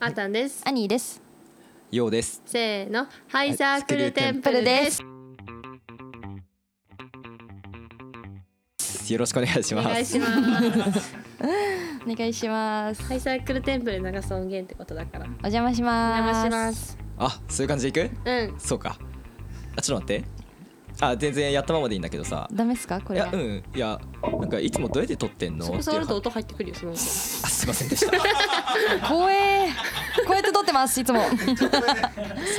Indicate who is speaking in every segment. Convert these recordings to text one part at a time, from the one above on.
Speaker 1: あたんです
Speaker 2: アニーです
Speaker 3: ようです。
Speaker 1: せーのハイサークルテンプ
Speaker 2: プル
Speaker 1: ル
Speaker 2: で
Speaker 1: ですす
Speaker 3: よろしくお願いし
Speaker 1: お
Speaker 3: ます。
Speaker 1: 願いします
Speaker 2: お願いします
Speaker 1: ハイサークルテンプルで流す音源ってことだから
Speaker 2: お邪魔し
Speaker 1: お
Speaker 2: ます
Speaker 1: 邪魔します
Speaker 3: あ、そういう感じでいく？
Speaker 1: うん
Speaker 3: そうか。あ、ちょっと待って。あ、全然やったままでいいんだけどさ。
Speaker 2: ダメですかこ
Speaker 3: い
Speaker 2: れ
Speaker 3: や
Speaker 2: は、
Speaker 3: うん、いや、なんかいつもどうやって撮ってんの？
Speaker 1: そこ
Speaker 3: ってい
Speaker 1: 触
Speaker 3: う
Speaker 1: ると音
Speaker 3: 話
Speaker 1: 入ってくるよその音
Speaker 3: あ、すいませんで した。
Speaker 2: 怖えこうやって撮ってますいつも
Speaker 3: そ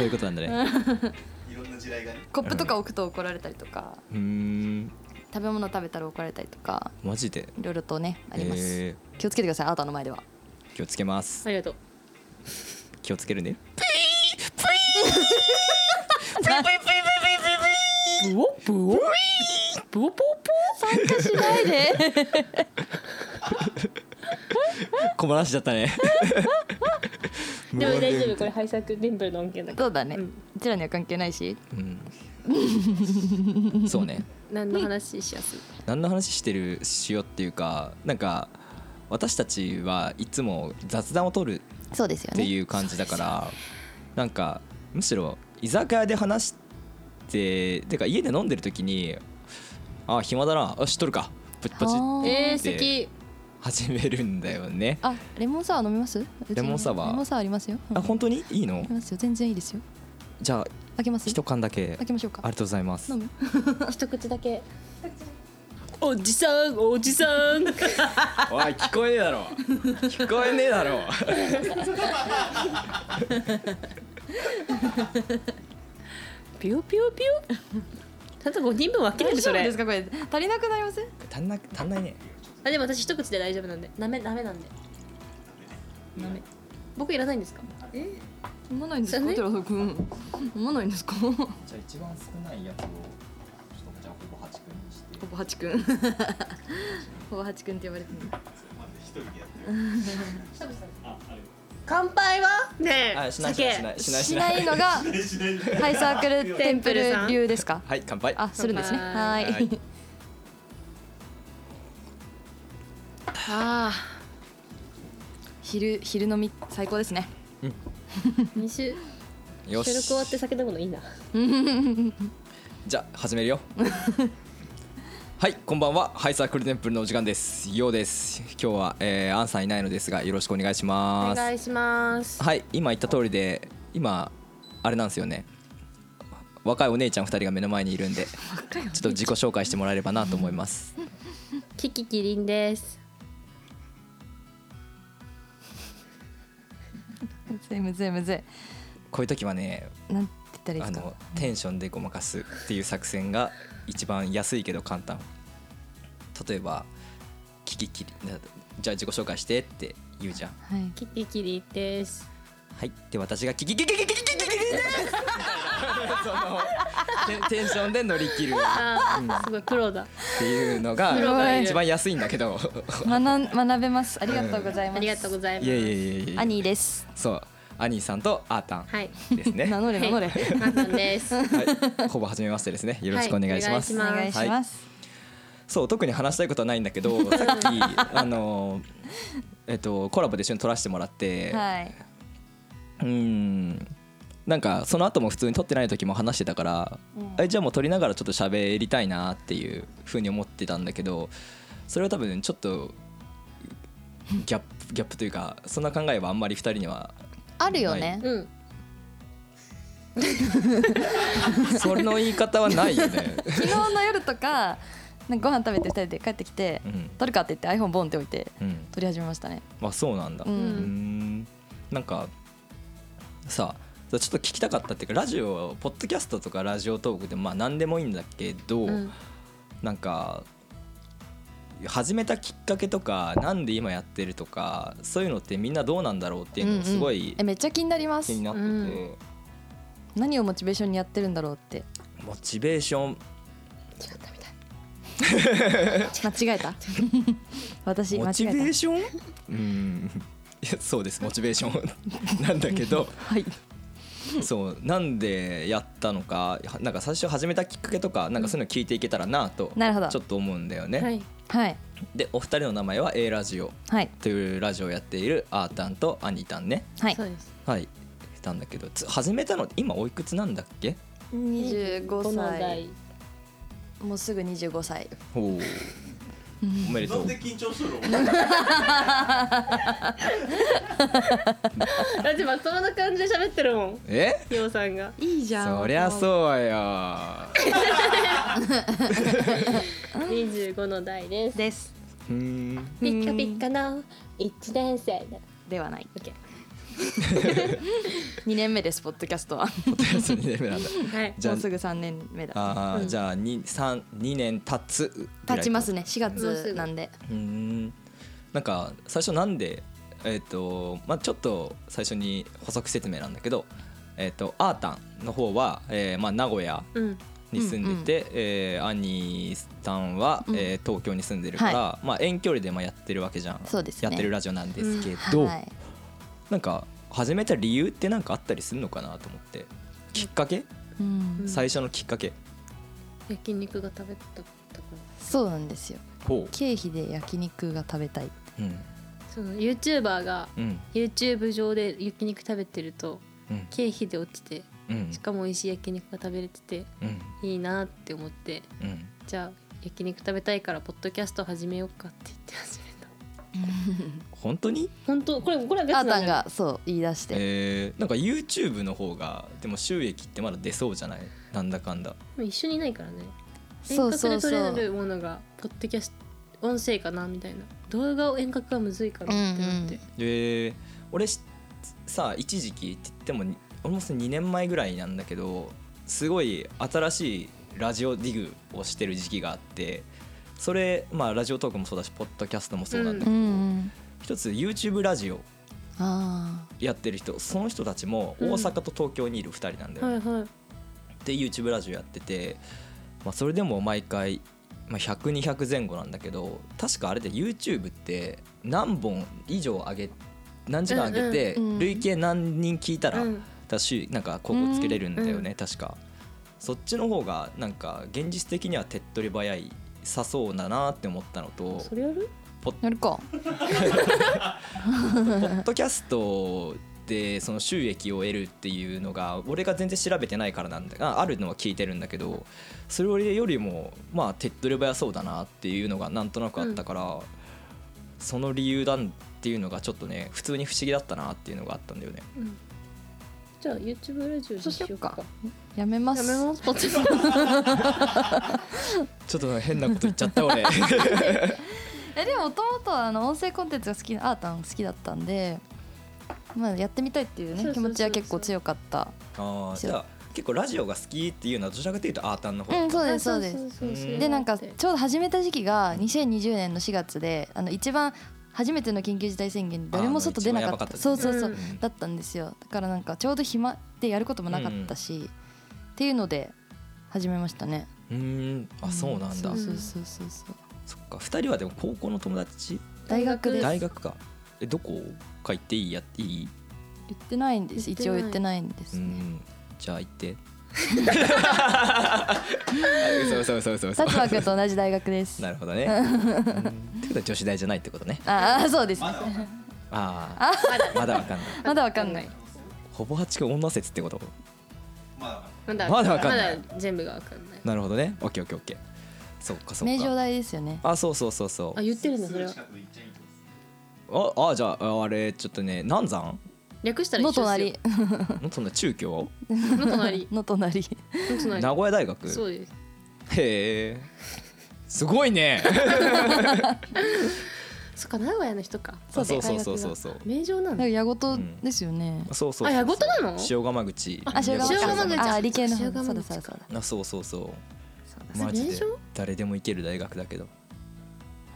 Speaker 3: ういうことなんだね。
Speaker 4: いろんな地雷がね。
Speaker 2: コップとか置くと怒られたりとか
Speaker 3: うーん、
Speaker 2: 食べ物食べたら怒られたりとか
Speaker 3: マジで。
Speaker 2: いろいろとねあります、
Speaker 3: え
Speaker 2: 気をつけてくださいあなたの前では
Speaker 3: ー気をつけます。
Speaker 1: ありがとう
Speaker 3: 気をつけるね。
Speaker 2: ブオブオブオポポ参加しないで
Speaker 3: 小話しちゃったね。
Speaker 1: でも大丈夫これハイサークルテンプルの音源だか
Speaker 2: そうだね、う
Speaker 1: うん
Speaker 2: ちらには関係ないし
Speaker 3: うん。そうね。
Speaker 1: ら何の話しやすい
Speaker 3: 何の話してるしようっていうか、なんか私たちはいつも雑談を取る
Speaker 2: そうですよ
Speaker 3: っ
Speaker 2: ね
Speaker 3: ていう感じだから、なんかむしろ居酒屋で話しててか家で飲んでる時にあ暇だなあしとるかプチプチ
Speaker 2: は
Speaker 3: って
Speaker 1: えー、素敵
Speaker 3: 始めるんだよね
Speaker 2: あレモンサワー飲みますうち
Speaker 3: レモンサワー
Speaker 2: レモンサワーありますよ、うん
Speaker 3: あ本当にいいの
Speaker 2: ありますよ全然いいですよ
Speaker 3: じゃあ
Speaker 2: 開けます
Speaker 3: 一缶だけあ
Speaker 2: 開
Speaker 3: り
Speaker 2: けましょうか
Speaker 3: がとうございます
Speaker 2: 飲む
Speaker 1: 一口だけおじさんおじさん
Speaker 3: おい聞こえねえ だろ聞こえねえだろ
Speaker 1: ピヨピヨピヨちゃんと5人分分けてるそれ
Speaker 2: かこれ足りなくなりません
Speaker 3: 足んな足んないね
Speaker 1: あでも私一口で大丈夫なんでダメダメなんでダメ僕いらないんですか
Speaker 2: 飲まないんです
Speaker 1: そ
Speaker 2: か
Speaker 1: うね
Speaker 2: 寺田君飲まないんですかほ
Speaker 3: じゃあ一番少ないやつをちょっとじゃあほぼ8分にして
Speaker 2: ぼはちく んほぼはちくんって呼ばれてる
Speaker 1: 乾杯はねえ
Speaker 3: あしないしないしないしない
Speaker 2: しないのがハイサークルテンプル流です か
Speaker 3: はい乾杯
Speaker 2: あするんですね
Speaker 1: 乾
Speaker 2: は
Speaker 1: 杯
Speaker 2: ー
Speaker 3: はいい
Speaker 1: あ
Speaker 2: 昼昼飲み最高ですね
Speaker 1: 2週
Speaker 3: よ
Speaker 1: 収録終わって
Speaker 3: し
Speaker 1: 酒飲むのいいな
Speaker 3: じゃあ始めるよはいこんばんはハイサークルテンプルのお時間ですようです今日は、えー、アンさんいないのですがよろしくお願いし
Speaker 1: お
Speaker 3: ます
Speaker 1: 願いします
Speaker 3: はい今言った通りで今あれなんですよね若いお姉ちゃん二人が目の前にいるんでちょっと自己紹介してもらえればなと思います
Speaker 1: キキキリンです
Speaker 2: むずいむずいむずい
Speaker 3: こういう時はね
Speaker 2: なんて言ったらいい
Speaker 3: あ
Speaker 2: ですか
Speaker 3: のテンションでごまかすっていう作戦が一番安いけど簡単例えば「キキキリ」じゃあ自己紹介してって言うじゃん
Speaker 2: はい
Speaker 1: キキキリンです
Speaker 3: はい、で私がキキキキキキキキキキキそのテテンションで乗り切るっ
Speaker 1: あーすごいプロだ
Speaker 3: ていうの
Speaker 1: プロ
Speaker 3: が
Speaker 1: がいる
Speaker 3: 一番安いんだけど。
Speaker 2: 学ん学べますありがとうございます
Speaker 1: ありがとうございま
Speaker 3: い
Speaker 1: す
Speaker 3: やいやいやいや
Speaker 2: ア。ニーです
Speaker 3: そう、アニーさんとアータ
Speaker 1: はい
Speaker 3: ンですね。
Speaker 2: 名
Speaker 3: は
Speaker 2: 乗れ名乗れ
Speaker 1: 簡単 です
Speaker 3: い、ほぼ初めましてですね。よろしくお願いします。
Speaker 2: お
Speaker 1: はい
Speaker 2: 願いします
Speaker 3: そう、特に話したいことはないんだけど、さっきあのえっとコラボで一緒に撮らせてもらって、
Speaker 2: はい
Speaker 3: うん。なんかその後も普通に撮ってない時も話してたから、
Speaker 2: うん
Speaker 3: えじゃあもう撮りながらちょっと喋りたいなっていうふうに思ってたんだけどそれは多分ちょっとギャップギャップというかそんな考えはあんまり2人には
Speaker 2: あるよね
Speaker 1: うん
Speaker 3: その言い方はないよね。
Speaker 2: 昨日の夜とかなんかご飯食べて二人で帰ってきて
Speaker 3: うん
Speaker 2: 撮るかって言って iPhone ボンって置いて
Speaker 3: うん、
Speaker 2: 撮り始めましたね
Speaker 3: まあそうなんだ。
Speaker 2: う
Speaker 3: うんんなんかさちょっと聞きたかったっていうかラジオポッドキャストとかラジオトークでまあ何でもいいんだけど、
Speaker 1: うん
Speaker 3: なんか始めたきっかけとかなんで今やってるとかそういうのってみんなどうなんだろうっていうのをすご
Speaker 2: うんう
Speaker 3: い
Speaker 2: んえめっちゃ気になりま
Speaker 3: 気
Speaker 2: す
Speaker 3: になってて、
Speaker 1: うん
Speaker 2: 何をモチベーションにやってるんだろうって
Speaker 3: モチベーション
Speaker 1: 違ったみたい
Speaker 2: 間違えた 私間
Speaker 3: モチベ
Speaker 2: 違え
Speaker 3: ーション うんいやそうですモチベーションなんだけど
Speaker 2: たはい
Speaker 3: そうなんでやったのかはなんか最初始めたきっかけとかなんかそういうの聞いていけたらなと
Speaker 2: なるほど
Speaker 3: ちょっと思うんだよね、
Speaker 1: はい
Speaker 2: はい
Speaker 3: でお二人の名前は A ラジオ
Speaker 2: はい
Speaker 3: というラジオをやっているあーたんとアニタンね
Speaker 2: はい
Speaker 1: そうです
Speaker 3: はいなんだけどつ始めたの今おいくつなんだっけ
Speaker 1: こ
Speaker 2: 25
Speaker 1: の
Speaker 2: 歳
Speaker 1: 代
Speaker 2: もうすぐ25歳
Speaker 3: おお おめでと
Speaker 4: なん
Speaker 3: う
Speaker 4: で緊張するの
Speaker 1: だってまともな感じで喋ってるもん
Speaker 3: え
Speaker 1: ようさんが
Speaker 2: いいじゃん
Speaker 3: そりゃ
Speaker 2: う
Speaker 3: そうよ
Speaker 1: 25の代です
Speaker 2: です
Speaker 3: うーん
Speaker 1: ピッカピッカの一年生だ
Speaker 2: ではない
Speaker 1: オッ ケ
Speaker 2: 2年目ですポッドキャストは
Speaker 3: ポテトスにレベルなんだ
Speaker 1: ーはい
Speaker 3: じ
Speaker 2: も
Speaker 3: ゃ
Speaker 2: うすぐ3年目だ
Speaker 3: ああー、
Speaker 1: うん
Speaker 3: じゃあに三二年経つぐらい
Speaker 2: 経ちますね4
Speaker 1: もうす
Speaker 2: 月
Speaker 1: ぐ
Speaker 2: なんで
Speaker 3: うーんなんか最初なんでえっ、とまあちょっと最初に補足説明なんだけどえっ、とアータンの方は、えーまあ名古屋
Speaker 1: うん
Speaker 3: に住んでて、えーアニさんは、
Speaker 2: うん
Speaker 3: えー東京に住んでるから、まあ遠距離でまあやってるわけじゃん
Speaker 2: そうですね
Speaker 3: やってるラジオなんですけど、
Speaker 2: はい
Speaker 3: なんか始めた理由ってなんかあったりするのかなと思ってきっかけ、
Speaker 2: うん
Speaker 1: ん
Speaker 3: 最初のきっかけ
Speaker 1: 焼肉が食べたかったから
Speaker 2: そうなんですよ
Speaker 3: ほ
Speaker 2: 経費で焼肉が食べたい
Speaker 3: うん
Speaker 1: その YouTuber が
Speaker 3: うん
Speaker 1: YouTube 上で焼肉食べてると
Speaker 3: うん
Speaker 1: 経費で落ちて
Speaker 3: うん
Speaker 1: しかも美味しい焼肉が食べれてて
Speaker 3: うん
Speaker 1: いいなって思って
Speaker 3: うん
Speaker 1: じゃあ焼肉食べたいからポッドキャスト始めようかって言って始めた
Speaker 3: 本当に
Speaker 1: 本当これこれは別
Speaker 2: あ
Speaker 1: な
Speaker 2: ー
Speaker 1: んだ
Speaker 2: た
Speaker 1: よ
Speaker 2: んがそう言い出して
Speaker 3: えー、なんか YouTube の方がでも収益ってまだ出そうじゃないなんだかんだ
Speaker 1: もう一緒にいないからね
Speaker 2: そ
Speaker 1: 遠
Speaker 2: う
Speaker 1: 隔
Speaker 2: そう
Speaker 1: で
Speaker 2: そ
Speaker 1: 取れ
Speaker 2: う
Speaker 1: るものがポッドキャスト音声かなみたいな動画を遠隔はむずいかなってなって、
Speaker 2: うん
Speaker 3: えー、俺しさ一時期って言ってもに俺もそれ2年前ぐらいなんだけどすごい新しいラジオディグをしてる時期があってそれまあラジオトークもそうだしポッドキャストもそうなんだけ
Speaker 2: う
Speaker 3: ど、
Speaker 2: んうん
Speaker 3: 一つ YouTube ラジオ
Speaker 2: あ
Speaker 3: やってる人その人たちも大阪と東京にいる2人なんだよね、
Speaker 1: はいはい
Speaker 3: で YouTube ラジオやってて、まあ、それでも毎回、まあ、100200前後なんだけど確かあれで YouTube って何本以上上げ何時間上げて
Speaker 2: うんうんうん
Speaker 3: 累計何人聞いたら
Speaker 1: うん
Speaker 3: だしなんか広告つけれるんだよ
Speaker 1: うんう
Speaker 3: ね確かそっちの方がなんか現実的には手っ取り早いさそうだなって思ったのと
Speaker 1: それやる
Speaker 2: ーやるか
Speaker 3: ポッドキャストでその収益を得るっていうのが俺が全然調べてないからなんだがあるのは聞いてるんだけどそれよりもまあ手っ取り早そうだなっていうのがなんとなくあったから、その理由だっていうのがちょっとね普通に不思議だったなっていうのがあったんだよね。
Speaker 1: うんじゃあ YouTube ラジオに
Speaker 2: そう
Speaker 1: し
Speaker 2: しよ
Speaker 1: よう
Speaker 2: っか
Speaker 1: か
Speaker 2: やめます
Speaker 1: やめますポッドキャスト
Speaker 3: ちょっと変なこと言っちゃった 俺
Speaker 2: えでももともとはあの音声コンテンツが好きなアーたん好きだったんで、まあ、やってみたいっていう
Speaker 1: そう
Speaker 2: ね
Speaker 1: そうそう
Speaker 2: 気
Speaker 1: そう
Speaker 2: 持ちは結構強かった
Speaker 3: あーじゃあ結構ラジオが好きっていうのはどちらかというとアータンの方、
Speaker 2: うんそうですそう
Speaker 1: あ
Speaker 2: です
Speaker 1: そうそう
Speaker 3: うん
Speaker 2: でなんか
Speaker 1: それ
Speaker 2: ちょうど始めた時期が2020年の4月であの一番初めての緊急事態宣言で誰も外出なかった
Speaker 3: あの一
Speaker 2: そ
Speaker 3: 番
Speaker 2: う
Speaker 3: やば
Speaker 2: そ
Speaker 1: かったですね
Speaker 2: うそう、
Speaker 1: うん
Speaker 2: だったんですよだからなんかちょうど暇でやることもなかったし、っていうので始めましたね
Speaker 3: うーんあそうなんだ、
Speaker 2: そうそうそうそうそう
Speaker 3: そっか2人はでも高校の友達
Speaker 2: 大学です
Speaker 3: 大学かえどこか行っていいやいい
Speaker 2: 言ってないんです
Speaker 1: 言って
Speaker 2: 一
Speaker 1: な
Speaker 2: 応
Speaker 1: い
Speaker 2: 言ってないんです、
Speaker 3: うん、じゃあ行って。そうそうそうそう
Speaker 2: 薩摩君と同じ大学です
Speaker 3: なるほどね。うんってことは女子大じゃないってことね。
Speaker 2: ああそうです
Speaker 4: まだわかんない
Speaker 3: ああ、まだわかんない。
Speaker 2: まだわかんない
Speaker 3: ほぼ八くん女説ってこと。
Speaker 4: まだわかんない
Speaker 1: まだ
Speaker 3: まだわかんない
Speaker 1: まだ全部がわかんない
Speaker 3: なるほどね。オッケーオッケーオッケー。そっかそっ
Speaker 2: 名城
Speaker 3: か。
Speaker 2: 大ですよね
Speaker 3: あ、そうそうそうそ
Speaker 1: あ言ってるんだ
Speaker 4: す
Speaker 1: それ
Speaker 4: ぐ
Speaker 1: は
Speaker 4: 近く行っちゃいいと思
Speaker 3: う。あ、あ、じゃあ、あれ、ちょっとね、南山。
Speaker 1: 略したら
Speaker 2: の
Speaker 1: 一緒で
Speaker 2: 隣
Speaker 3: のそんな中京。
Speaker 1: すよの隣
Speaker 2: の隣
Speaker 1: の隣
Speaker 3: 名古屋大学。へ
Speaker 1: そうです
Speaker 3: え。すごいね。
Speaker 1: そっか名古屋の人か
Speaker 3: あ そう そうそうそうそう。
Speaker 1: 名城な
Speaker 2: なんんか
Speaker 1: だ
Speaker 2: 矢事ですよね、
Speaker 3: そうそうそう。
Speaker 1: あ矢事なの
Speaker 3: 塩釜口。
Speaker 2: あ塩
Speaker 1: 口
Speaker 2: 釜
Speaker 1: 塩釜口
Speaker 2: あ理系の方
Speaker 1: 塩釜口
Speaker 2: そうだそうだそうだ
Speaker 3: あそうそうそう
Speaker 1: だ
Speaker 3: マジ
Speaker 1: 名
Speaker 3: で
Speaker 1: 所
Speaker 3: 誰でも行ける大学だけど、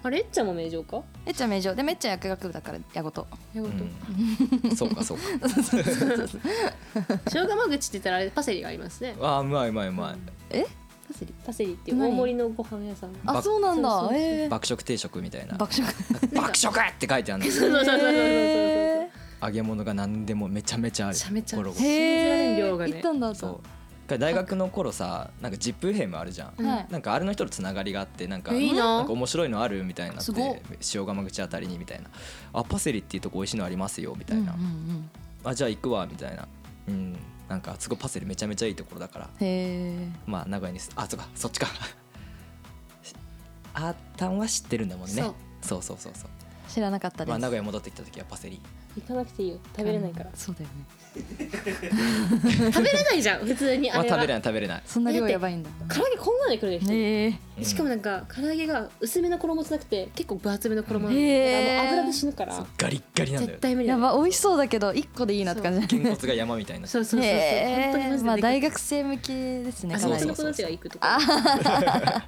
Speaker 1: あれっちゃんも名城か
Speaker 2: えっちゃん名城でめっちゃ薬学部だから矢事
Speaker 1: 名
Speaker 3: う
Speaker 1: 城と
Speaker 3: ん、そうかそうか
Speaker 1: 塩釜口って言ったらあれパセリがありますね
Speaker 3: あーうまいうまいうま
Speaker 2: パセリ
Speaker 1: パセリっていう大盛りのご飯屋さん
Speaker 2: あ
Speaker 3: 爆
Speaker 2: そうなんだ
Speaker 1: そうそうそう
Speaker 2: え
Speaker 3: い
Speaker 2: ー
Speaker 3: 爆食定食みたいな
Speaker 2: 爆食
Speaker 3: 爆食って書いてあるんです
Speaker 1: そうそうそうそうそうそう
Speaker 2: えー
Speaker 3: 揚げ物が何でもめちゃめちゃある
Speaker 1: めちゃめちゃ
Speaker 3: ゴロゴロ
Speaker 1: 信じられん
Speaker 2: へえ
Speaker 1: 量がね
Speaker 2: 行ったんだと
Speaker 3: そう一回大学の頃さなんかジップヘムあるじゃん
Speaker 1: うん
Speaker 2: はい
Speaker 3: なんかあれの人とつながりがあってなんか
Speaker 1: えいい
Speaker 3: な
Speaker 1: なん
Speaker 3: か面白いのあるみたいになっ
Speaker 2: す
Speaker 3: て
Speaker 2: ごっ
Speaker 3: 塩釜口あたりにみたいなあパセリっていうとこ美味しいのありますよみたいな、
Speaker 2: うんうんうん
Speaker 3: あじゃあ行くわみたいなうんなんかあそこパセリめちゃめちゃいいところだから
Speaker 2: へ
Speaker 3: まあ名古屋にすあそっかそっちか あったんは知ってるんだもんね
Speaker 1: そう
Speaker 3: そうそうそうそう
Speaker 2: え知らなかったです、
Speaker 3: まあ、名古屋戻ってきた時はパセリ
Speaker 1: 行かなくていいよ食べれないから
Speaker 2: あそうだよね
Speaker 1: 食べれないじゃん普通に
Speaker 3: ま
Speaker 1: あ
Speaker 3: あ
Speaker 1: れは
Speaker 3: 食べれない食べれない
Speaker 2: そんな量やばいんだ
Speaker 1: 唐揚げこんなので来るね人
Speaker 2: へえ
Speaker 3: うん
Speaker 1: しかもなんか唐揚げが薄めの衣じゃなくて結構分厚めの衣なの
Speaker 2: へ
Speaker 1: だ
Speaker 2: ー
Speaker 1: からもう油で死ぬか
Speaker 3: そう
Speaker 1: ら
Speaker 3: ガリッガリなんだよ
Speaker 1: 絶対無理だ
Speaker 2: や
Speaker 1: よ
Speaker 2: ば美味しそうだけど一個でいいなって感じだね
Speaker 3: 肩骨が山みたいな
Speaker 1: そうそうそうそう
Speaker 2: へ
Speaker 1: 本
Speaker 2: え
Speaker 1: 当にマジでできる
Speaker 2: まあ大学生向けですね
Speaker 1: あ
Speaker 2: か
Speaker 1: 地
Speaker 2: な
Speaker 1: 元
Speaker 2: り
Speaker 1: の子たちが行くと
Speaker 2: あ
Speaker 1: か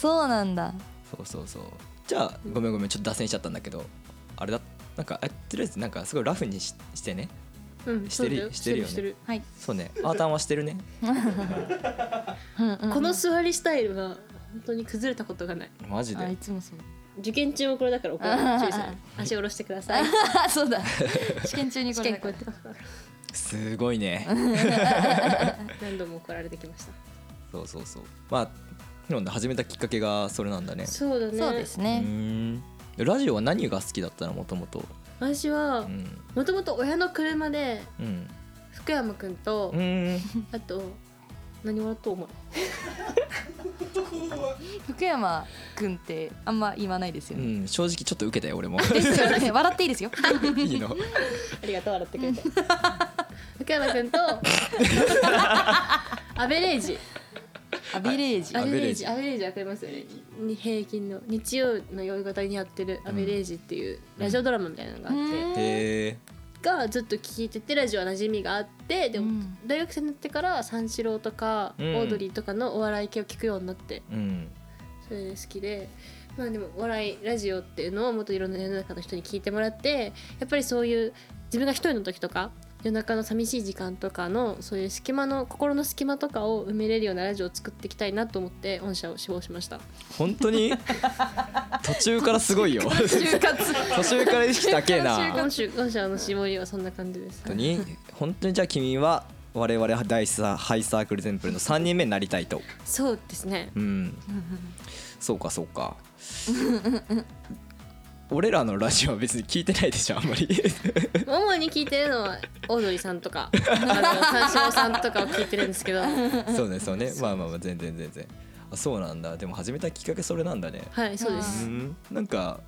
Speaker 2: そうなんだ
Speaker 3: そうそうそうじゃあごめんごめんちょっと脱線しちゃったんだけどあれだなんかえとりあえずなんかすごいラフにししてね
Speaker 1: うん
Speaker 3: してる
Speaker 1: そうだ
Speaker 3: してるよね
Speaker 1: してる
Speaker 2: はい
Speaker 3: そうねアータンはしてるね
Speaker 2: うんうんうん
Speaker 1: この座りスタイルは本当に崩れたことがない
Speaker 3: マジ
Speaker 2: あい
Speaker 3: で
Speaker 2: つもそう
Speaker 1: 受験中もこれだから怒られる注意される足下ろしてください
Speaker 2: あ そ うだ試験中にこ
Speaker 1: 試
Speaker 2: れ
Speaker 1: 験
Speaker 2: だ
Speaker 1: こう
Speaker 2: か
Speaker 1: や
Speaker 2: ら
Speaker 1: って
Speaker 3: すごいね
Speaker 1: 何度も怒られてきました
Speaker 3: そうそうそうまあヒロンで始めたきっかけがそれなんだね
Speaker 1: そうだね
Speaker 2: そうです
Speaker 3: うー
Speaker 2: ね
Speaker 3: んラジオは何が好きだったのもともと
Speaker 1: 私
Speaker 3: う
Speaker 1: は
Speaker 3: ん
Speaker 1: もともと親の車で
Speaker 3: うん
Speaker 1: 福山くんと
Speaker 3: うーん
Speaker 1: あと何笑っとお前
Speaker 2: 福山くんってあんま言わないですよ
Speaker 3: う
Speaker 2: ね
Speaker 3: ん正直ちょっと受けたよ 俺も
Speaker 2: ですよね笑っていいですよ
Speaker 3: いいの
Speaker 1: ありがとう笑ってく れて福山くんとアベレージ
Speaker 2: アベレージ
Speaker 1: ア
Speaker 3: あ
Speaker 1: ベレージ
Speaker 3: ア
Speaker 1: アベレージわかりますよねに平均の日曜の夕方にやってる「アベレージ」っていうラジオドラマみたいなのがあって、
Speaker 3: へえ
Speaker 1: がずっと聞いててラジオは馴染みがあってでも、
Speaker 2: うん
Speaker 1: 大学生になってから三四郎とか、
Speaker 3: うん
Speaker 1: オードリーとかのお笑い系を聞くようになって
Speaker 3: うん
Speaker 1: それで好きで。まあでもお笑いラジオっていうのをもっといろんな世の中の人に聞いてもらってやっぱりそういう自分が一人の時とか夜中の寂しい時間とかのそういう隙間の心の隙間とかを埋めれるようなラジオを作っていきたいなと思って御社を志望しました
Speaker 3: 本当に途中からす ごいよ
Speaker 2: 就活
Speaker 3: 途中から意識高えな
Speaker 2: 途中から
Speaker 1: 御社御社の志望理由はそんな感じです
Speaker 3: 本当に本当にじゃあ君は我々大サハイサークルゼンプルの3人目になりたいと
Speaker 1: そうですね
Speaker 3: うんそうかそ うか俺らのラジオは別に聞いてないでしょあんまり
Speaker 1: 主に聞いてるのはオードリーさんとかあの三四郎さんとかを聞いてるんですけど
Speaker 3: そうねそうねまあまあまあ全然全然あそうなんだでも始めたきっかけそれなんだね
Speaker 1: はいそうで
Speaker 3: う
Speaker 1: す
Speaker 3: んなんか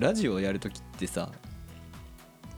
Speaker 3: ラジオやるときってさ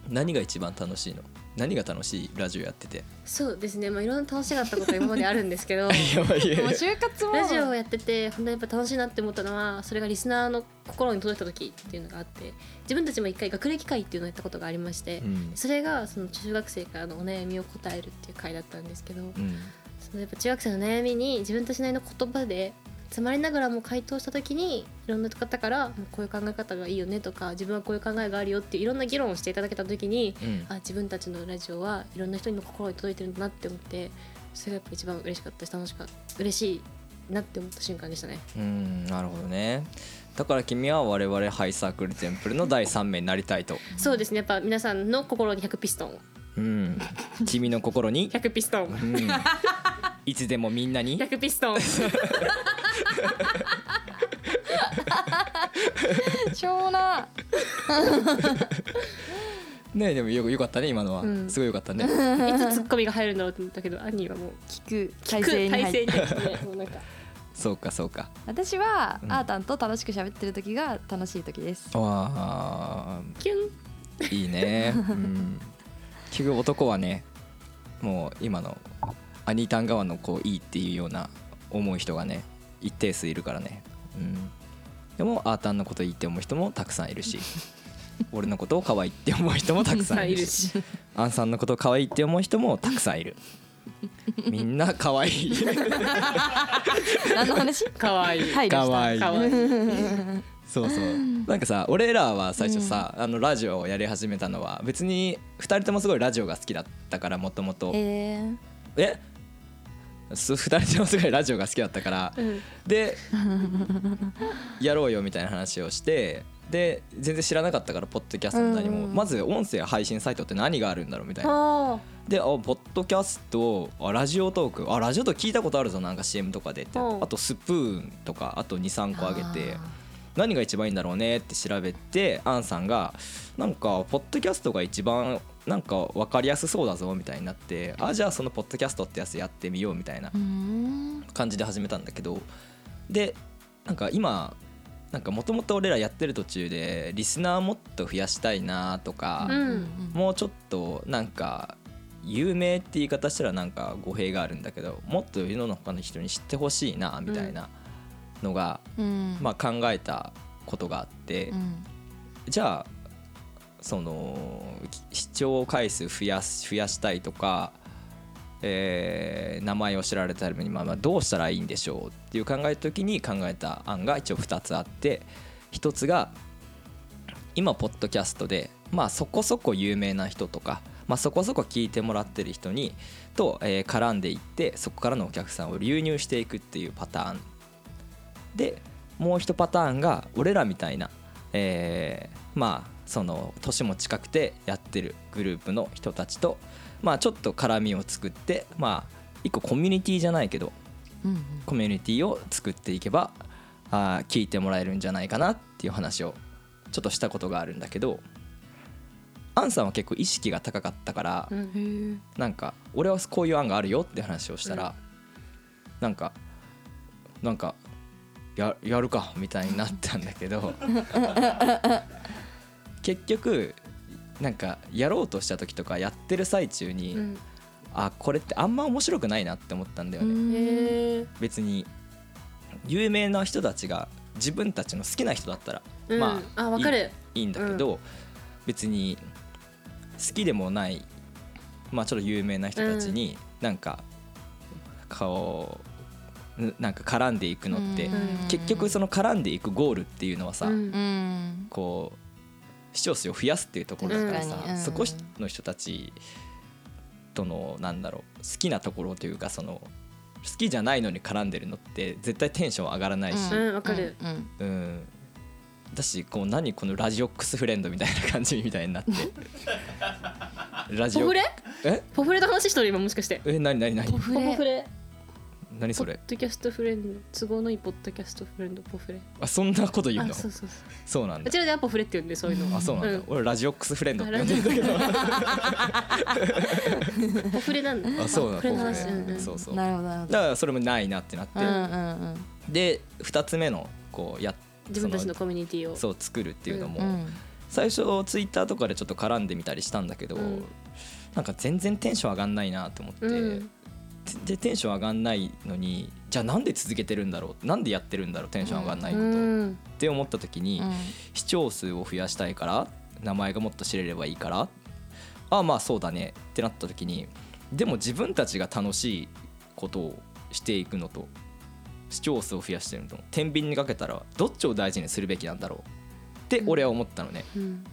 Speaker 3: 何が一番楽しいの何が楽しいラジオやってて
Speaker 1: そうですねまあいろんな楽しかったことは今まであるんですけど
Speaker 3: やばいや
Speaker 2: もう就活も
Speaker 1: ラジオをやってて本当にやっぱ楽しいなって思ったのはそれがリスナーの心に届いた時っていうのがあって自分たちも一回学歴会っていうのをやったことがありまして、
Speaker 3: うん
Speaker 1: それがその中学生からのお悩みを答えるっていう会だったんですけど、
Speaker 3: うん
Speaker 1: そのやっぱ中学生の悩みに自分たちなりの言葉で詰まりながらも回答した時にいろんな方からもうこういう考え方がいいよねとか自分はこういう考えがあるよっていういろんな議論をしていただけた時に
Speaker 3: うん
Speaker 1: あ自分たちのラジオはいろんな人の心に届いてるんだなって思ってそれがやっぱ一番嬉しかったし楽しかった嬉しいなって思った瞬間でしたね。
Speaker 3: うんなるほどねだから君は我々ハイサークルテンプルの第3名になりたいと、
Speaker 1: そうですねやっぱ皆さんの心に100ピストン
Speaker 3: うん、君の 心に、
Speaker 1: 100ピストン
Speaker 3: うん、いつでもみん なに
Speaker 1: 100ピストン
Speaker 2: しょうもな
Speaker 3: ねでもよよかったね今のは、
Speaker 1: うん
Speaker 3: すごいよかった ね
Speaker 1: いつツッコミが入るんだろうと思ったけどアンニーはもう
Speaker 2: 聞く
Speaker 1: 聞
Speaker 2: 体
Speaker 1: く
Speaker 2: 制に入
Speaker 1: 体
Speaker 2: っ
Speaker 1: 勢
Speaker 2: て
Speaker 1: に入ってねもうなんか
Speaker 3: そうかそうか
Speaker 2: 私は、
Speaker 3: うん
Speaker 2: あーたんと楽しく喋ってる時が楽しい時 です
Speaker 3: わあ
Speaker 1: キュン
Speaker 3: いいね、うん、結局男はねもう今のアニータン側のこういいっていうような思う人がね一定数いるからね、うん、でもアータンのこといいって思う人もたくさんいるし俺のことを可愛いって思う人もたくさんいるしアンさんのことを可愛いって思う人もたくさんいるみんな可愛い
Speaker 2: 何の 話
Speaker 1: 可愛い
Speaker 2: 配慮した
Speaker 3: 可愛い
Speaker 1: 可愛い
Speaker 3: そうそうなんかさ俺らは最初さ、あのラジオをやり始めたのは別に2人ともすごいラジオが好きだったからもともと
Speaker 2: えー、
Speaker 3: えそう2人ともすごい ラジオが好きだったから、
Speaker 1: うん
Speaker 3: でやろうよみたいな話をしてで全然知らなかったからポッドキャストも何も、
Speaker 1: うんうん
Speaker 3: まず音声配信サイトって何があるんだろうみたいな
Speaker 1: あ
Speaker 3: であポッドキャストあラジオトークあラジオトーク聞いたことあるぞなんか CM とかでって、
Speaker 1: うん
Speaker 3: あとスプーンとかあと23個あげて何が一番いいんだろうねって調べてアンさんがなんかポッドキャストが一番なんか分かりやすそうだぞみたいになってあじゃあそのポッドキャストってやつやってみようみたいな
Speaker 2: うーん
Speaker 3: 感じで始めたんだけどでなんか今なんかもともと俺らやってる途中でリスナーもっと増やしたいなとか、
Speaker 1: うん
Speaker 3: もうちょっとなんか有名って言い方したらなんか語弊があるんだけどもっと世の中の人に知ってほしいなみたいなのが、
Speaker 2: うん
Speaker 3: まあ、考えたことがあって、
Speaker 2: うん
Speaker 3: じゃあそのき視聴回数増やす増やしたいとか、えー名前を知られためにまあまあどうしたらいいんでしょうっていう考えた時に考えた案が一応2つあって1つが今ポッドキャストで、まあ、そこそこ有名な人とか、まあ、そこそこ聞いてもらってる人にと、えー絡んでいってそこからのお客さんを流入していくっていうパターンでもう一パターンが俺らみたいな、えーまあその年も近くてやってるグループの人たちと、まあ、ちょっと絡みを作ってまあ一個コミュニティじゃないけど
Speaker 2: うん
Speaker 3: コミュニティを作っていけばあー聞いてもらえるんじゃないかなっていう話をちょっとしたことがあるんだけどアンさんは結構意識が高かったから、
Speaker 1: ー、うん、
Speaker 2: うん
Speaker 3: なんか俺はこういう案があるよって話をしたら、なんかなんかややるかみたいになったんだ けど結局なんかやろうとした時とかやってる最中に、
Speaker 1: うん、
Speaker 3: あこれってあんま面白くないなって思ったんだよね、
Speaker 2: へ
Speaker 1: へえ、
Speaker 3: 別に有名な人たちが自分たちの好きな人だったら
Speaker 1: うん、
Speaker 3: ま
Speaker 1: あわかる
Speaker 3: いいんだけど、別に好きでもない、まあ、ちょっと有名な人たちになんか顔ぬなんか絡んでいくのって、
Speaker 1: うん
Speaker 3: 結局その絡んでいくゴールっていうのはさ、
Speaker 1: うん
Speaker 2: うん
Speaker 3: こう視聴数を増やすっていうところだからさ、
Speaker 2: 確かにうん
Speaker 3: そこの人たちとのなんだろう好きなところというかその好きじゃないのに絡んでるのって絶対テンション上がらないし、
Speaker 1: うんわかる
Speaker 2: うんうん
Speaker 3: うん、だしこう何このラジオックスフレンドみたいな感じみたいになってラジ
Speaker 1: ポ
Speaker 3: オ
Speaker 1: フレ
Speaker 3: え
Speaker 1: ポフレの話しとる今もしかして
Speaker 3: え何何何
Speaker 2: フ
Speaker 1: ポフレ
Speaker 3: 何
Speaker 1: ポ
Speaker 3: そ
Speaker 1: ッ
Speaker 3: れ
Speaker 1: ドキャストフレンド都合のいいポッドキャストフレンドポフレ
Speaker 3: あそんなこと言う
Speaker 1: あ
Speaker 3: の
Speaker 1: そ
Speaker 3: そうう
Speaker 1: そうそう
Speaker 3: なん
Speaker 1: う
Speaker 3: だ
Speaker 1: ちらではポフレって言うんでそういうの
Speaker 3: あそうなんだ、
Speaker 1: うん
Speaker 3: 俺ラジオックスフレンドって
Speaker 1: あ
Speaker 3: 呼
Speaker 1: ラジ
Speaker 3: んで
Speaker 1: オ
Speaker 3: んだけど
Speaker 1: ポフレなんだ
Speaker 3: あそうな
Speaker 1: ポ
Speaker 3: んだ
Speaker 1: フレの
Speaker 3: ポ
Speaker 1: 話
Speaker 3: フレ
Speaker 1: うんうん
Speaker 3: そうそう
Speaker 2: なるほどなるほど
Speaker 3: だからそれもないなってなって、
Speaker 2: うんうん
Speaker 3: で2つ目のこうや
Speaker 1: 自分たちのコミュニティを
Speaker 3: そう作るっていうのも、
Speaker 2: うんうん
Speaker 3: 最初ツイッターとかでちょっと絡んでみたりしたんだけど、
Speaker 1: うん
Speaker 3: なんか全然テンション上がんないなと思って、
Speaker 1: うん
Speaker 3: でテンション上がんないのにじゃあなんで続けてるんだろうなんでやってるんだろうテンション上がんないこと、っ
Speaker 1: ん
Speaker 3: て思った時に、
Speaker 2: うん
Speaker 3: 視聴数を増やしたいから名前がもっと知れればいいからああまあそうだねってなった時にでも自分たちが楽しいことをしていくのと視聴数を増やしてるのと天秤にかけたらどっちを大事にするべきなんだろうって俺は思ったのね。
Speaker 1: うん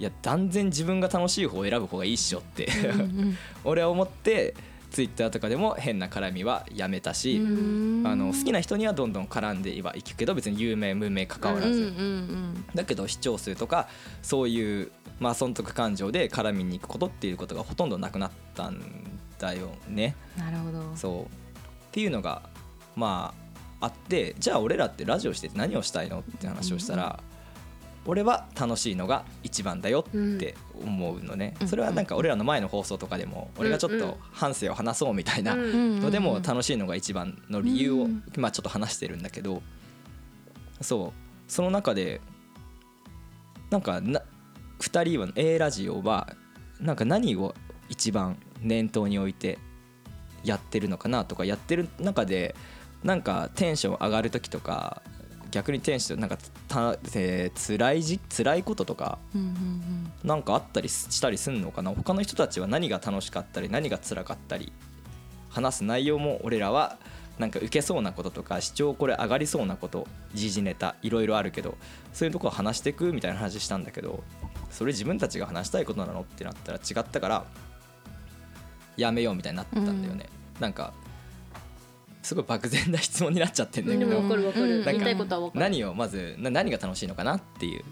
Speaker 3: いや断然自分が楽しい方を選ぶ方がいいっしょって、
Speaker 2: うん
Speaker 3: 俺は思ってツイッターとかでも変な絡みはやめたし、
Speaker 2: うん
Speaker 3: あの好きな人にはどんどん絡んではいくけど別に有名無名関わらず、
Speaker 2: うんうん
Speaker 3: だけど視聴数とかそういう、まあ、損得感情で絡みに行くことっていうことがほとんどなくなったんだよね。
Speaker 2: うんなるほど
Speaker 3: そうっていうのがまああってじゃあ俺らってラジオしてて何をしたいのって話をしたら、俺は楽しいのが一番だよって思うのね、
Speaker 2: うん
Speaker 3: それはなんか俺らの前の放送とかでも俺がちょっと反省を話そうみたいな
Speaker 1: うん
Speaker 3: のでも楽しいのが一番の理由
Speaker 2: う
Speaker 3: を
Speaker 2: ん
Speaker 3: まあちょっと話してるんだけどそうその中でなんかな2人は A ラジオはなんか何を一番念頭に置いてやってるのかなとかやってる中でなんかテンション上がる時とか逆にテンションなんかた、えー、辛いじ辛いこととか
Speaker 2: うんうん
Speaker 3: なんかあったりすしたりすんのかな他の人たちは何が楽しかったり何が辛かったり話す内容も俺らはなんか受けそうなこととか視聴これ上がりそうなこと時事ネタいろいろあるけどそういうとこ話してくみたいな話したんだけどそれ自分たちが話したいことなのってなったら違ったからやめようみたいになったんだよね、なんかすごい漠然な質問になっちゃってんだけ
Speaker 1: で
Speaker 3: ど、
Speaker 1: もわかるわかる、
Speaker 2: うん
Speaker 3: なんか
Speaker 1: 言いたいことはわかる
Speaker 3: 何をまずな何が楽しいのかなっていう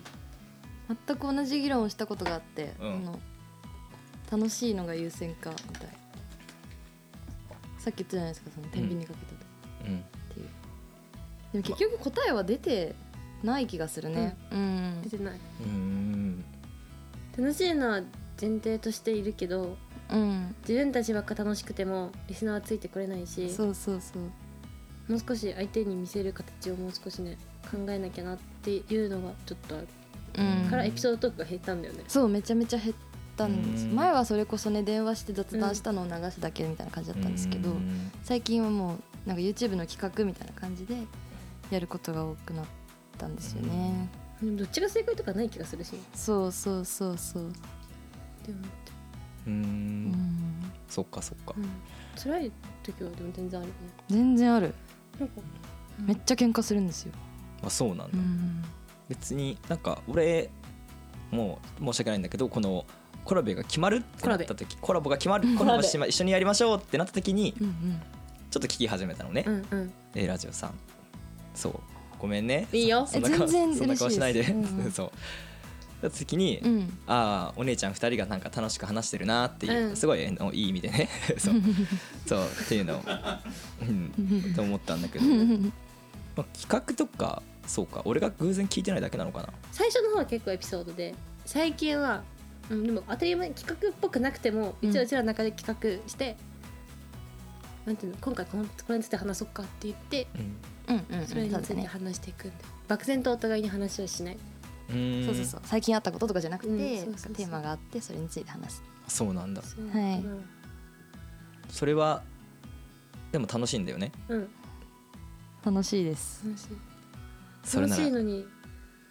Speaker 2: 全く同じ議論をしたことがあって、
Speaker 3: うん
Speaker 2: あの楽しいのが優先かみたいなさっき言ったじゃないですかその天秤にかけたと
Speaker 3: うん
Speaker 2: っていう、でも結局答えは出てない気がするねうん
Speaker 1: 出てない
Speaker 3: うん
Speaker 1: 楽しいのは前提としているけど
Speaker 2: うん、
Speaker 1: 自分たちばっか楽しくてもリスナーはついてくれないし
Speaker 2: そうそうそう
Speaker 1: もう少し相手に見せる形をもう少しね考えなきゃなっていうのがちょっとある、
Speaker 2: うん
Speaker 1: からエピソードトークが減ったんだよね
Speaker 2: そうめちゃめちゃ減ったんです
Speaker 3: うん
Speaker 2: 前はそれこそね電話して雑談したのを流すだけみたいな感じだったんですけど、
Speaker 3: うん
Speaker 2: 最近はもうなんか YouTube の企画みたいな感じでやることが多くなったんですよね、
Speaker 1: でもどっちが正解とかない気がするしっ
Speaker 2: そうそうそうそう、
Speaker 1: て思って
Speaker 3: うん
Speaker 2: うん、
Speaker 3: そっかそっか、
Speaker 1: 辛い時はでも全然あるよね
Speaker 2: 全然ある
Speaker 1: なんか
Speaker 2: めっちゃ喧嘩するんですよ、
Speaker 3: まあ、そうなんだ、
Speaker 2: うん
Speaker 3: 別になんか俺もう申し訳ないんだけどこのコラボが決まるってなった時コラボが決まるコラボしま一緒にやりましょうってなった時に
Speaker 2: うんうん、
Speaker 3: ちょっと聞き始めたのね、
Speaker 1: うんうん
Speaker 3: えーラジオさんそうごめんね
Speaker 1: いいよ
Speaker 3: そんな顔
Speaker 2: え全然
Speaker 3: そんな顔しないで、
Speaker 2: 嬉しいですうんうん
Speaker 3: そうだった時に、
Speaker 2: うん、
Speaker 3: ああお姉ちゃん2人がなんか楽しく話してるなっていう、
Speaker 1: うん
Speaker 3: すごいあのいい意味でね そうそうっていうのを、うん、と思ったんだけど、まあ、企画とかそうか俺が偶然聞いてないだけなのかな
Speaker 1: 最初の方は結構エピソードで最近は、うん、でも当たり前企画っぽくなくても
Speaker 2: うん
Speaker 1: 一応うちらの中で企画して、なんていうの今回このこれについて話そうかって言って
Speaker 3: うん
Speaker 2: うんうんうん
Speaker 1: それに
Speaker 2: そ
Speaker 1: つ
Speaker 2: う
Speaker 1: いて
Speaker 2: ですね
Speaker 1: 話していくんで、漠然とお互いに話をしない、
Speaker 3: うん
Speaker 2: そうそうそう最近あったこととかじゃなくて、
Speaker 1: うんそうそうそう
Speaker 2: テーマがあってそれについて話す
Speaker 3: そうなんだ
Speaker 1: そう
Speaker 2: はい
Speaker 1: うん
Speaker 3: それはでも楽しいんだよね
Speaker 1: うん
Speaker 2: 楽しいです
Speaker 1: 楽しい
Speaker 3: それ
Speaker 1: 楽
Speaker 3: なら
Speaker 1: しいのに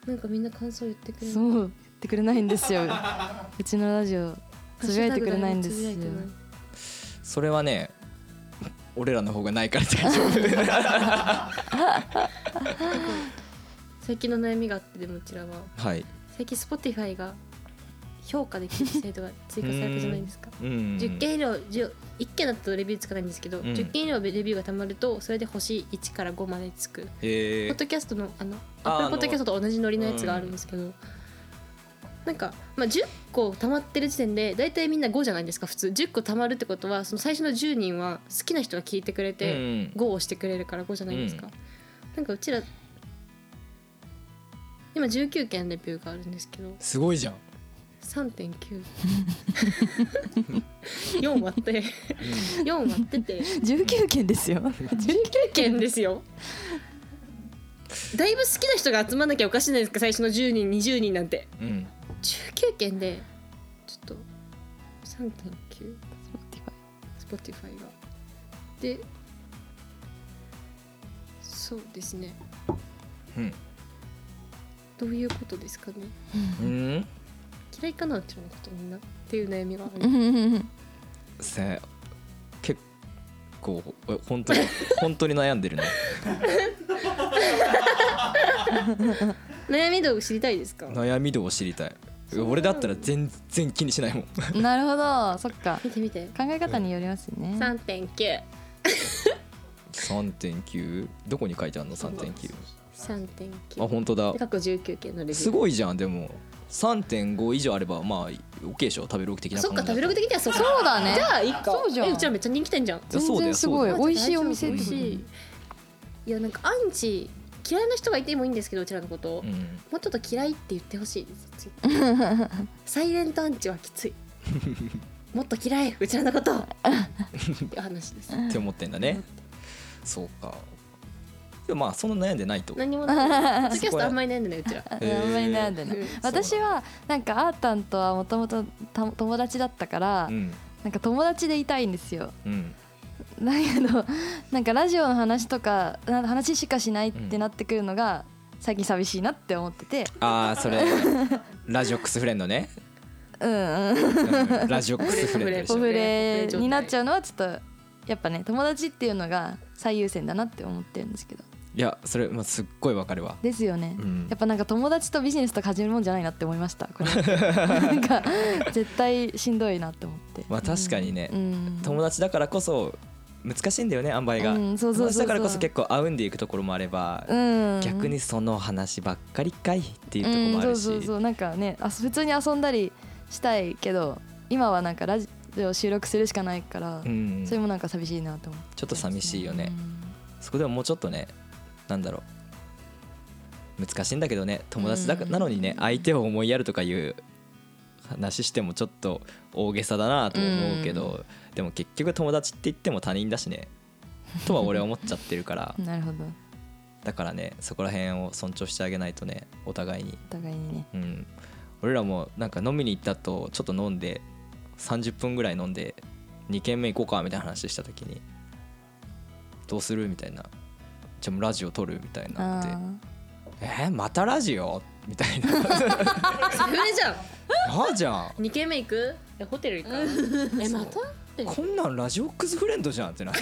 Speaker 1: なんかみんな感想言ってくれる
Speaker 2: そう言ってくれないんです ようちのラジオつぶやいてくれないんですよ
Speaker 1: ハッシュタグがね
Speaker 3: それはね俺らの方がないから大丈夫
Speaker 1: 最近の悩みがあってでもうちらは
Speaker 3: はい
Speaker 1: 最近 Spotify が評価できる制 度が追加されたじゃないですか
Speaker 3: うん
Speaker 1: 10件以上10 1件だとレビューつかないんですけど、
Speaker 3: ん
Speaker 1: 10件以上レビューがたまるとそれで星1から5までつく
Speaker 3: へ
Speaker 1: ポ
Speaker 3: え
Speaker 1: ッドキャストのあの
Speaker 3: あー
Speaker 1: アップルポ
Speaker 3: あの
Speaker 1: ッドキャストと同じノリのやつがあるんですけど、なんか、まあ、10個たまってる時点で大体みんな5じゃないですか普通10個たまるってことはその最初の10人は好きな人が聞いてくれて、
Speaker 3: うん
Speaker 1: 5をしてくれるから5じゃないですか、なんかうちら今19件レビューがあるんですけど
Speaker 3: すごいじゃん、
Speaker 1: 3.94割って4割ってて
Speaker 2: 19件ですよ
Speaker 1: 19件ですよだいぶ好きな人が集まんなきゃおかしいじゃないですか最初の10人20人なんて
Speaker 3: うん、
Speaker 1: 19件でちょっと3.9
Speaker 2: Spotify
Speaker 1: Spotify がでそうですね
Speaker 3: うん
Speaker 1: どういうことですかね
Speaker 3: うん
Speaker 1: 嫌いかなうちらのことみんなっていう悩みがあ
Speaker 2: う
Speaker 1: る
Speaker 2: んうんうん
Speaker 3: せ結構え本当に本当に悩んでるね
Speaker 1: 悩み道具知りたいですか
Speaker 3: 悩み度を知りたい俺だったら全然気にしないも ん
Speaker 2: なるほどそっか
Speaker 1: 見て見て
Speaker 2: 考え方によりますよね、
Speaker 1: 3.9
Speaker 3: 3.9どこに書いてあるの3.9
Speaker 1: 3.9
Speaker 3: あ本当だ
Speaker 1: で過去19件のレビュー
Speaker 3: すごいじゃんでも3.5以上あればまあ OK でしょ食べログ的な
Speaker 1: そっ
Speaker 3: 感
Speaker 1: か食
Speaker 3: じ
Speaker 1: べログ的にはそうか
Speaker 2: そうだね
Speaker 1: じゃあいいか
Speaker 2: そうじゃん
Speaker 1: えうちらめっちゃ人気店じゃん
Speaker 3: いやそうだよ
Speaker 2: 全然すごい
Speaker 3: そう
Speaker 2: 美味しいお店
Speaker 1: 美
Speaker 2: っ
Speaker 1: 味
Speaker 2: てこと
Speaker 1: しいいやなんかアンチ嫌いな人がいてもいいんですけどうちらのこと、
Speaker 3: う
Speaker 1: も
Speaker 3: ん
Speaker 1: うちょっと嫌いって言ってほしいです サイレントアンチはきつ いもっと嫌いうちらのことっていう話です
Speaker 3: って思ってんだね。そうか。でもまあそんな悩んでないと。
Speaker 1: 何も ないポッドキャストあんまり悩んでないうちら
Speaker 2: あんまり悩んでない、
Speaker 1: うん
Speaker 2: 私はなんかあーたんとはもともと友達だったから、
Speaker 3: うん
Speaker 2: なんか友達でいたいんですよ
Speaker 3: うん
Speaker 2: だ けどなんかラジオの話とかな話しかしないってなってくるのが最近寂しいなって思ってて
Speaker 3: ああ それラジオックスフレンドね。
Speaker 2: うんうん
Speaker 3: うんラジオックスフレンドでし
Speaker 2: オ
Speaker 3: ょ
Speaker 1: オ。
Speaker 2: フ
Speaker 1: フレ
Speaker 2: レになっちゃうのはちょっとやっぱね友達っていうのが最優先だなって思ってるんですけど
Speaker 3: いやそれまあすっごいわかるわ。
Speaker 2: ですよね、
Speaker 3: うん
Speaker 2: やっぱなんか友達とビジネスとか始めるもんじゃないなって思いました これなんか絶対しんどいなって思って
Speaker 3: まあ確かにね
Speaker 2: うん
Speaker 3: 友達だからこそ難しいんだよね塩梅が、
Speaker 2: うんそうそうそうそう
Speaker 3: 話だからこそ結構合うんでいくところもあれば、
Speaker 2: うん、
Speaker 3: 逆にその話ばっかりかいっていうところ
Speaker 2: う
Speaker 3: も
Speaker 2: ん
Speaker 3: あ
Speaker 2: そ
Speaker 3: る
Speaker 2: う
Speaker 3: し、
Speaker 2: そうそうなんかねあ普通に遊んだりしたいけど今はなんかラジオ収録するしかないから、
Speaker 3: うん
Speaker 2: それもなんか寂しいなと思う
Speaker 3: ちょっと寂しいよね、そこでももうちょっとねなんだろう難しいんだけどね友達だか
Speaker 2: うん
Speaker 3: なのにね相手を思いやるとかいう話してもちょっと大げさだなと思うけど、でも結局友達って言っても他人だしねとは俺は思っちゃってるから
Speaker 2: なるほど
Speaker 3: だからねそこら辺を尊重してあげないとねお互いに、
Speaker 2: お互いにね
Speaker 3: うん、俺らもなんか飲みに行ったとちょっと飲んで30分ぐらい飲んで2軒目行こうかみたいな話した時に「どうする?」みたいな「じゃあもうラジオ撮る?」みたいになって
Speaker 2: あ
Speaker 3: 「えーまたラジオ?」みたいな
Speaker 1: それじゃん
Speaker 3: 「あじゃん
Speaker 1: 2軒目行くえホテル行くえまたって
Speaker 3: こんなんラジオックスフレンドじゃん」って なって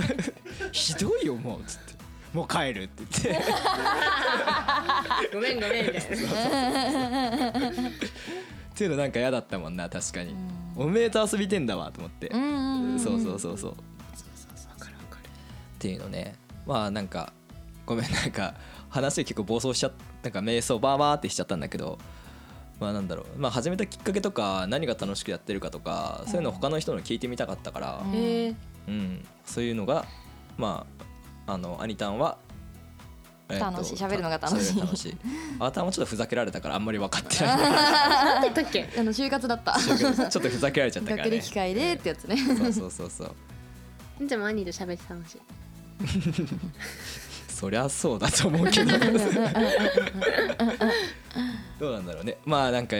Speaker 3: 「ひどいよもう」っつって「もう帰る」って言って
Speaker 1: ごめんごめんみたいな
Speaker 3: っていうのなんか嫌だったもんな確かに、
Speaker 2: う
Speaker 3: おめえと遊びてんだわと思って
Speaker 2: ーう、んうんんん
Speaker 3: そうそうそうそうっていうのねまあなんかごめんなんか話結構暴走しちゃっなんか瞑想バーバーってしちゃったんだけどまあなんだろうまあ始めたきっかけとか何が楽しくやってるかとかそういうの他の人の聞いてみたかったから、
Speaker 2: うん
Speaker 1: えー
Speaker 3: うん、そういうのがまああのアニタンは、えーと
Speaker 2: 楽しい喋るのが楽しい
Speaker 3: 喋るのが楽 しいあたもちょっとふざけられたからあんまり分かってない
Speaker 1: 何て言ったっけ
Speaker 2: あの就活だった
Speaker 3: ちょっとふざけられちゃったから、ね、
Speaker 2: 学歴会でってやつね
Speaker 3: そうそうそうそう
Speaker 1: じゃあマニーと喋って楽しい
Speaker 3: そりゃそうだと思うけどどうなんだろうねまあなんか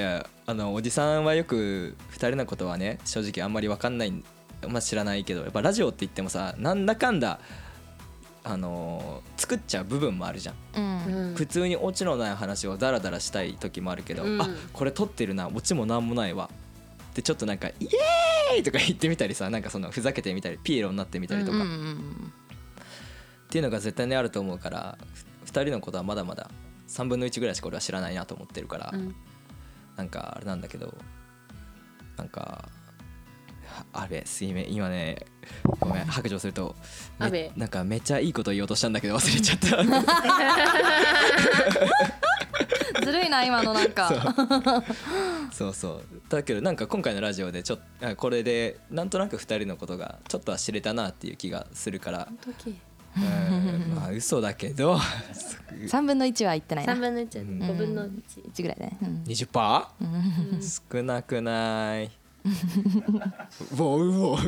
Speaker 3: あのおじさんはよく2人のことはね正直あんまり分かんないまあ知らないけどやっぱラジオって言ってもさなんだかんだあのー作っちゃう部分もあるじゃん、
Speaker 2: うん
Speaker 1: うん
Speaker 3: 普通にオチのない話をダラダラしたい時もあるけど、
Speaker 1: うん
Speaker 3: あこれ撮ってるなオチもなんもないわでちょっとなんか「イエーイ!」とか言ってみたりさなんかそのふざけてみたりピエロになってみたりとか、
Speaker 2: うんうん
Speaker 3: っていうのが絶対にあると思うから2人のことはまだまだ3分の1ぐらいしか俺は知らないなと思ってるから、
Speaker 1: うん
Speaker 3: なんかあれなんだけどなんかあべすいません今ねごめん白状するとめ
Speaker 1: 阿部
Speaker 3: なんかめっちゃいいこと言おうとしたんだけど忘れちゃった
Speaker 2: ずるいな今のなんか
Speaker 3: そうそうだけどなんか今回のラジオでちょっあこれでなんとなく2人のことがちょっとは知れたなっていう気がするから
Speaker 1: 本当き
Speaker 3: うんまあ嘘だけど
Speaker 2: 三分の一は言ってないな
Speaker 1: 3分の1
Speaker 3: うん
Speaker 1: 5分の1
Speaker 2: 一ぐらいだねうん
Speaker 3: 20%? 少なくないウォウウォウ
Speaker 1: アン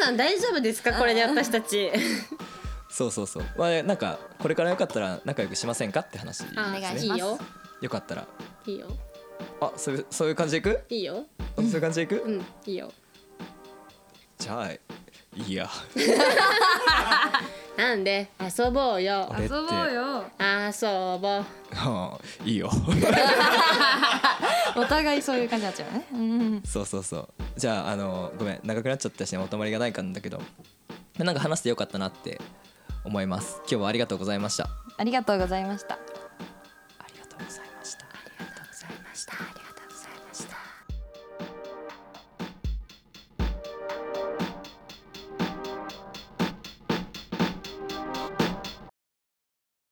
Speaker 1: さん大丈夫ですかこれで私たち
Speaker 3: そうそうそうまあなんかこれからよかったら仲良くしませんかって話です
Speaker 1: あ
Speaker 2: お願い
Speaker 3: ね
Speaker 2: し
Speaker 1: い
Speaker 2: ま
Speaker 1: い
Speaker 2: す
Speaker 1: よ
Speaker 3: よかったら
Speaker 1: いいよ
Speaker 3: あそういうそういう感じでいく
Speaker 1: いいよ
Speaker 3: そういう感じでいく、
Speaker 1: うんいいよ
Speaker 3: じゃあいいや
Speaker 1: なんで遊ぼうよ
Speaker 3: 俺って
Speaker 2: よ
Speaker 1: 遊ぼう
Speaker 3: はあいいよ
Speaker 2: お互いそういう感じになっちゃうねうん
Speaker 3: そうそうそうじゃああのごめん長くなっちゃったしねまとまりがないかんだけどなんか話してよかったなって思います今日はありがとうございました
Speaker 2: ありがとうございました
Speaker 3: ありがとうございました
Speaker 1: ありがとうございました